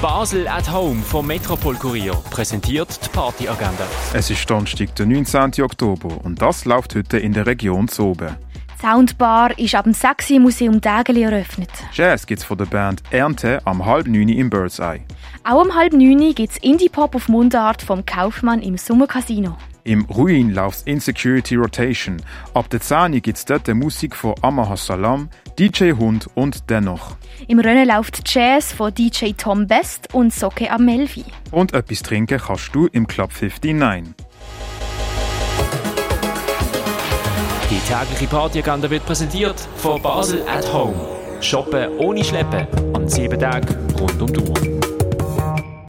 Basel at Home vom Metropol Kurier präsentiert die Partyagenda. Es ist Donnerstag, der 19. Oktober und das läuft heute in der Region Zoben. Die Soundbar ist ab dem 6. Uhr im Museum Dägeli eröffnet. Jazz gibt's von der Band Ernte am halb neun im Bird's Eye. Auch um halb 9 Uhr gibt es Indie-Pop auf Mundart vom Kaufmann im Sommercasino. Im Ruin läuft Insecurity Rotation. Ab der 10 Uhr gibt's dort die Musik von Amaha Salam, DJ Hund und Dennoch. Im Rennen läuft Jazz von DJ Tom Best und Socke Amelvi. Und etwas trinken kannst du im Club 59. Die tägliche Partyagenda wird präsentiert von Basel at Home. Shoppen ohne Schleppen an sieben Tagen rund um die Uhr.